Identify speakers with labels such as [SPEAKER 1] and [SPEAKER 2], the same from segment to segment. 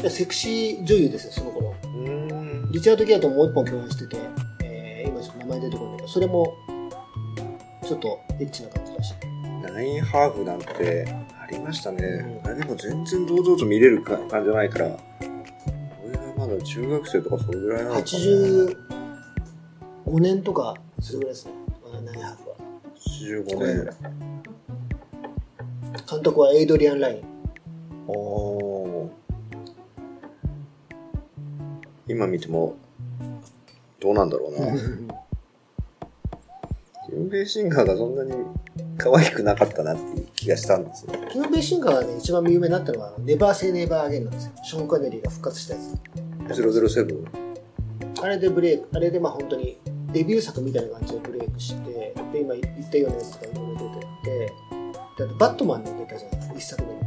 [SPEAKER 1] いやセクシー女優ですよ、その頃。
[SPEAKER 2] うーん。
[SPEAKER 1] リチャード・ギアともう一本共演してて、えー、今ちょっと名前出てこないけど、それも、ちょっとエッチな感じだしい。
[SPEAKER 2] ナインハーフなんてありましたね。
[SPEAKER 1] う
[SPEAKER 2] あれでも全然堂々と見れるか感じじゃないから。俺がまだ中学生とかそれぐらいなのかな。
[SPEAKER 1] 85年とか、それぐらいですね、ナインハーフ
[SPEAKER 2] 85
[SPEAKER 1] は。
[SPEAKER 2] 年。
[SPEAKER 1] 監督はエイドリアン・ライン。
[SPEAKER 2] おー今見ても、どうなんだろうな。ベイシンガーがそんなに可愛くなかったなっていう気がしたんですよ。
[SPEAKER 1] キム・ベイシンガーがね、一番有名になったのは、あのネバー・セイ・ネバー・アゲンなんですよ。ショーン・カネリーが復活したや
[SPEAKER 2] 007。
[SPEAKER 1] つ。あれでブレイク、あれでまあ本当にデビュー作みたいな感じでブレイクして、で、今言ったようなやつとかいろいろ出てって、だってバットマンに出たじゃないですか、一作目に。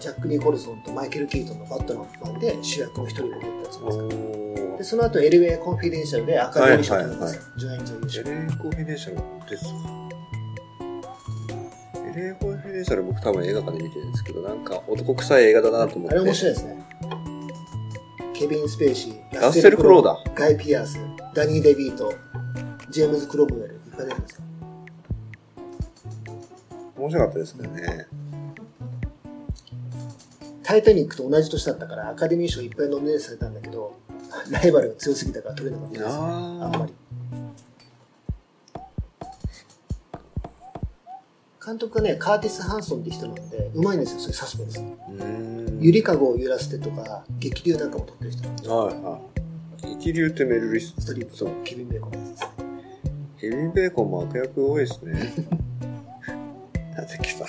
[SPEAKER 1] ジャック・ニコルソンとマイケル・キートンのバットマンで主役を一人で出たやつですか。で、その後、エルウェイ・コンフィデンシャルでアカデミー賞を取るんですよ。助演女優賞
[SPEAKER 2] エ。レンコンフィデンシャルですかエレンコンフィデンシャル僕多分映画館で見てるんですけど、なんか男臭い映画だなと思って。
[SPEAKER 1] あれ面白いですね。ケビン・スペイシー、
[SPEAKER 2] ラッセル・クローだ。
[SPEAKER 1] ガイ・ピアース、ダニー・デビート、ジェームズ・クロブウェル、いっぱい出てますよ
[SPEAKER 2] 面白かったですけどね。
[SPEAKER 1] タイタニックと同じ年だったから、アカデミー賞いっぱいノミネートされたんだけど、ライバルが強すぎたから取れなかったです。あんま
[SPEAKER 2] あ
[SPEAKER 1] り。監督がね、カーティス・ハンソンって人なんで、うまいんですよ、そういうサスペンス。
[SPEAKER 2] あ。うーん。
[SPEAKER 1] ゆりかごを揺らしてとか、激流なんかも撮ってる人なんで、
[SPEAKER 2] はいはい。一流ってメルリス
[SPEAKER 1] ストリップ
[SPEAKER 2] そう
[SPEAKER 1] とケビン・ベーコンのやつですね。
[SPEAKER 2] ケビン・ベーコンも悪役多いですね。 なんだっけさ。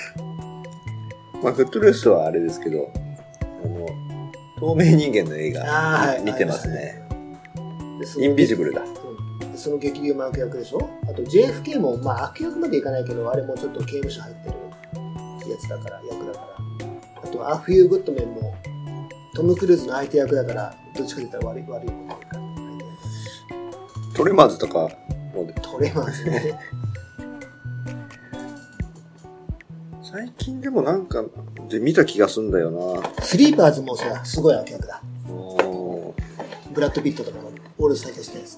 [SPEAKER 2] まあ、フットルースはあれですけど、あの、透明人間の映
[SPEAKER 1] あーは
[SPEAKER 2] 画
[SPEAKER 1] い
[SPEAKER 2] 見てますね。
[SPEAKER 1] でその
[SPEAKER 2] インビジブルだ。
[SPEAKER 1] うんその激流も悪役でしょあと JFK も、まあ、悪役までいかないけどあれもちょっと刑務所入ってるやつだから役だからあとアフユー・グッドメンもトム・クルーズの相手役だからどっちかといったら悪い悪い方というか
[SPEAKER 2] トレマーズとかも
[SPEAKER 1] トレマーズね
[SPEAKER 2] 最近でもなんかで見た気がすんだよな。
[SPEAKER 1] スリーパーズもさすごい悪役だ
[SPEAKER 2] お
[SPEAKER 1] ブラッド・ピットとかがオール再生したやつ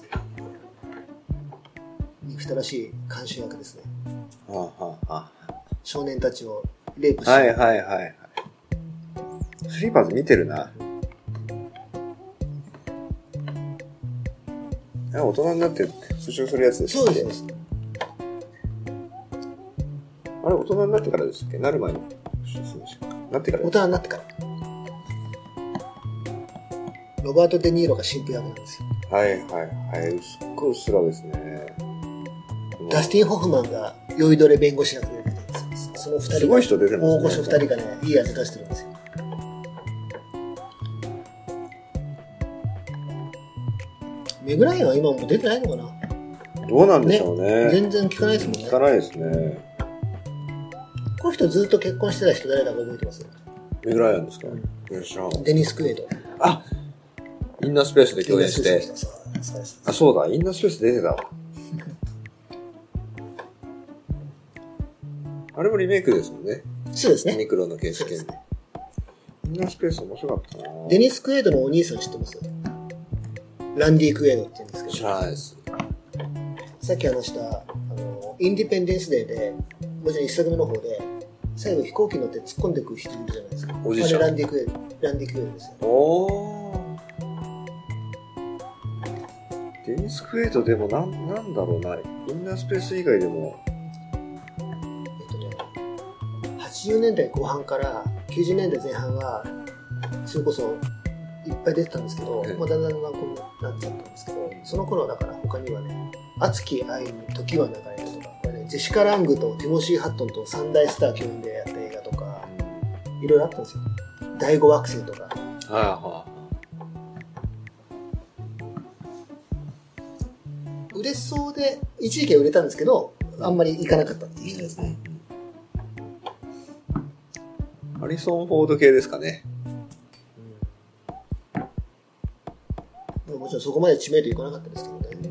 [SPEAKER 1] 憎たらしい監修役ですね
[SPEAKER 2] ーはあはあは
[SPEAKER 1] 少年たちをレイプし
[SPEAKER 2] あ
[SPEAKER 1] て、
[SPEAKER 2] はいはいはいはい。スリーパーズ見てるな。あ大人になって復習するやつでした
[SPEAKER 1] そ
[SPEAKER 2] っ
[SPEAKER 1] う
[SPEAKER 2] け
[SPEAKER 1] ですそうです
[SPEAKER 2] あれ、大人になってからでしたっけなる前に。なってから
[SPEAKER 1] 大
[SPEAKER 2] です
[SPEAKER 1] 人になってからロバート・デ・ニーロが新婦役なんですよ
[SPEAKER 2] はいはいはい。すっごいうっすらですね。
[SPEAKER 1] ダスティン・ホフマンが酔いどれ弁護士役で出てるんですよその二人が
[SPEAKER 2] すごい人出てますね
[SPEAKER 1] 大御所二人がねいい味出してるんですよメグライアンは今もう出てないのかな、
[SPEAKER 2] どうなんでしょうね。
[SPEAKER 1] 全然聞かないですもん
[SPEAKER 2] 聞
[SPEAKER 1] ねこ
[SPEAKER 2] かないですね。
[SPEAKER 1] の人ずっと結婚してた人誰だか覚えてます
[SPEAKER 2] メグライアンですか
[SPEAKER 1] うん
[SPEAKER 2] いや知らん
[SPEAKER 1] デニス・クエイド
[SPEAKER 2] あインナースペースで共演し
[SPEAKER 1] デニ
[SPEAKER 2] て
[SPEAKER 1] ス。クエイドそうそうです
[SPEAKER 2] あ、そうだ。インナースペース出て たわ。あれもリメイクですもんね。
[SPEAKER 1] そうですね
[SPEAKER 2] ミクロの形式で。インナースペース面白かったな
[SPEAKER 1] デニス・クエイドのお兄さん知ってますランディ・クエイドって言うんですけ
[SPEAKER 2] 知
[SPEAKER 1] ど、
[SPEAKER 2] らないです。
[SPEAKER 1] さっき話した、あの、インディペンデンス・デーで、もちろん一作目の方で、最後飛行機に乗って突っ込んでいく人いるじゃないですか。
[SPEAKER 2] おじいちゃん
[SPEAKER 1] あれランディ・クエイド、ランディ・クエイドですよ。
[SPEAKER 2] おーデニス・クエイトでもなんなんだろうなインナースペース以外でも
[SPEAKER 1] えっとね、80年代後半から90年代前半は、それこそ、いっぱい出てたんですけど、
[SPEAKER 2] ええ
[SPEAKER 1] もうだんだんだんだんこうなっちゃったんですけど、その頃だから他にはね、熱き愛に時は流れるとか、これね、ジェシカ・ラングとティモシー・ハットンと三大スター共演でやった映画とか、いろいろあったんですよ。第五惑星とか。
[SPEAKER 2] はいは
[SPEAKER 1] 売れそうで、一時期は売れたんですけど、あんまり行かなかったっていう人ですね。
[SPEAKER 2] ハリソン・フォード系ですかね
[SPEAKER 1] でももちろんそこまで知名度いかなかったですけどね。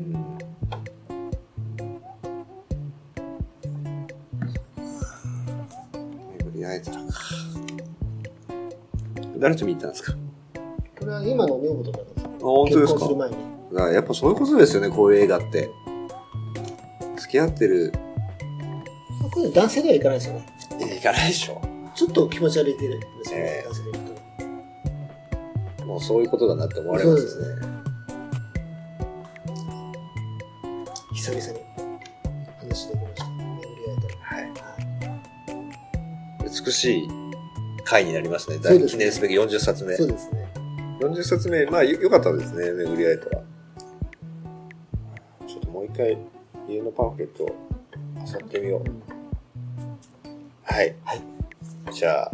[SPEAKER 2] 巡り会えたらか誰と見に行ったんですかあ
[SPEAKER 1] これは今の女房とかなんですよ
[SPEAKER 2] 本当です
[SPEAKER 1] 結婚
[SPEAKER 2] か
[SPEAKER 1] する前に。
[SPEAKER 2] だからやっぱそういうことですよね、こういう映画って。付き合ってる。
[SPEAKER 1] まあこれ男性では行かないですよね。
[SPEAKER 2] いかないでしょ。
[SPEAKER 1] ちょっと気持ち悪いけどですよね
[SPEAKER 2] え、え
[SPEAKER 1] 男性で行くと。
[SPEAKER 2] もうそういうことだなって思われます
[SPEAKER 1] そう
[SPEAKER 2] ね。
[SPEAKER 1] 久々に話できました。巡り会えたら。
[SPEAKER 2] はい。
[SPEAKER 1] は
[SPEAKER 2] 美しい回になりましたね。
[SPEAKER 1] そうですね
[SPEAKER 2] 記念すべき40冊目
[SPEAKER 1] い。。そうですね。
[SPEAKER 2] 40冊目、まあよよかったですね、巡り会えたら。ちょっともう一回家のパンフレットを漁ってみよう
[SPEAKER 1] う。ん
[SPEAKER 2] はい。
[SPEAKER 1] はい
[SPEAKER 2] じゃあ、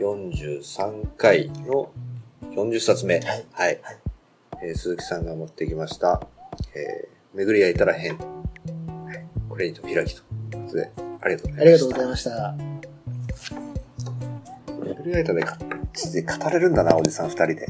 [SPEAKER 2] 43回の40冊目。
[SPEAKER 1] はい。
[SPEAKER 2] はい。
[SPEAKER 1] はい
[SPEAKER 2] えー鈴木さんが持ってきました、えー、巡り合えたら変。はいこれにと開きと。ということで、ありがとうございました。
[SPEAKER 1] ありがとうございました。
[SPEAKER 2] 巡り合えたで、つい語れるんだな、おじさん二人で。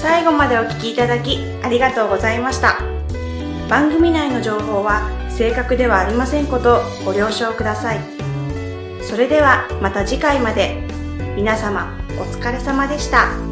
[SPEAKER 3] 最後までお聞きいただきありがとうございました番組内の情報は正確ではありませんことをご了承くださいそれではまた次回まで皆様お疲れ様でした。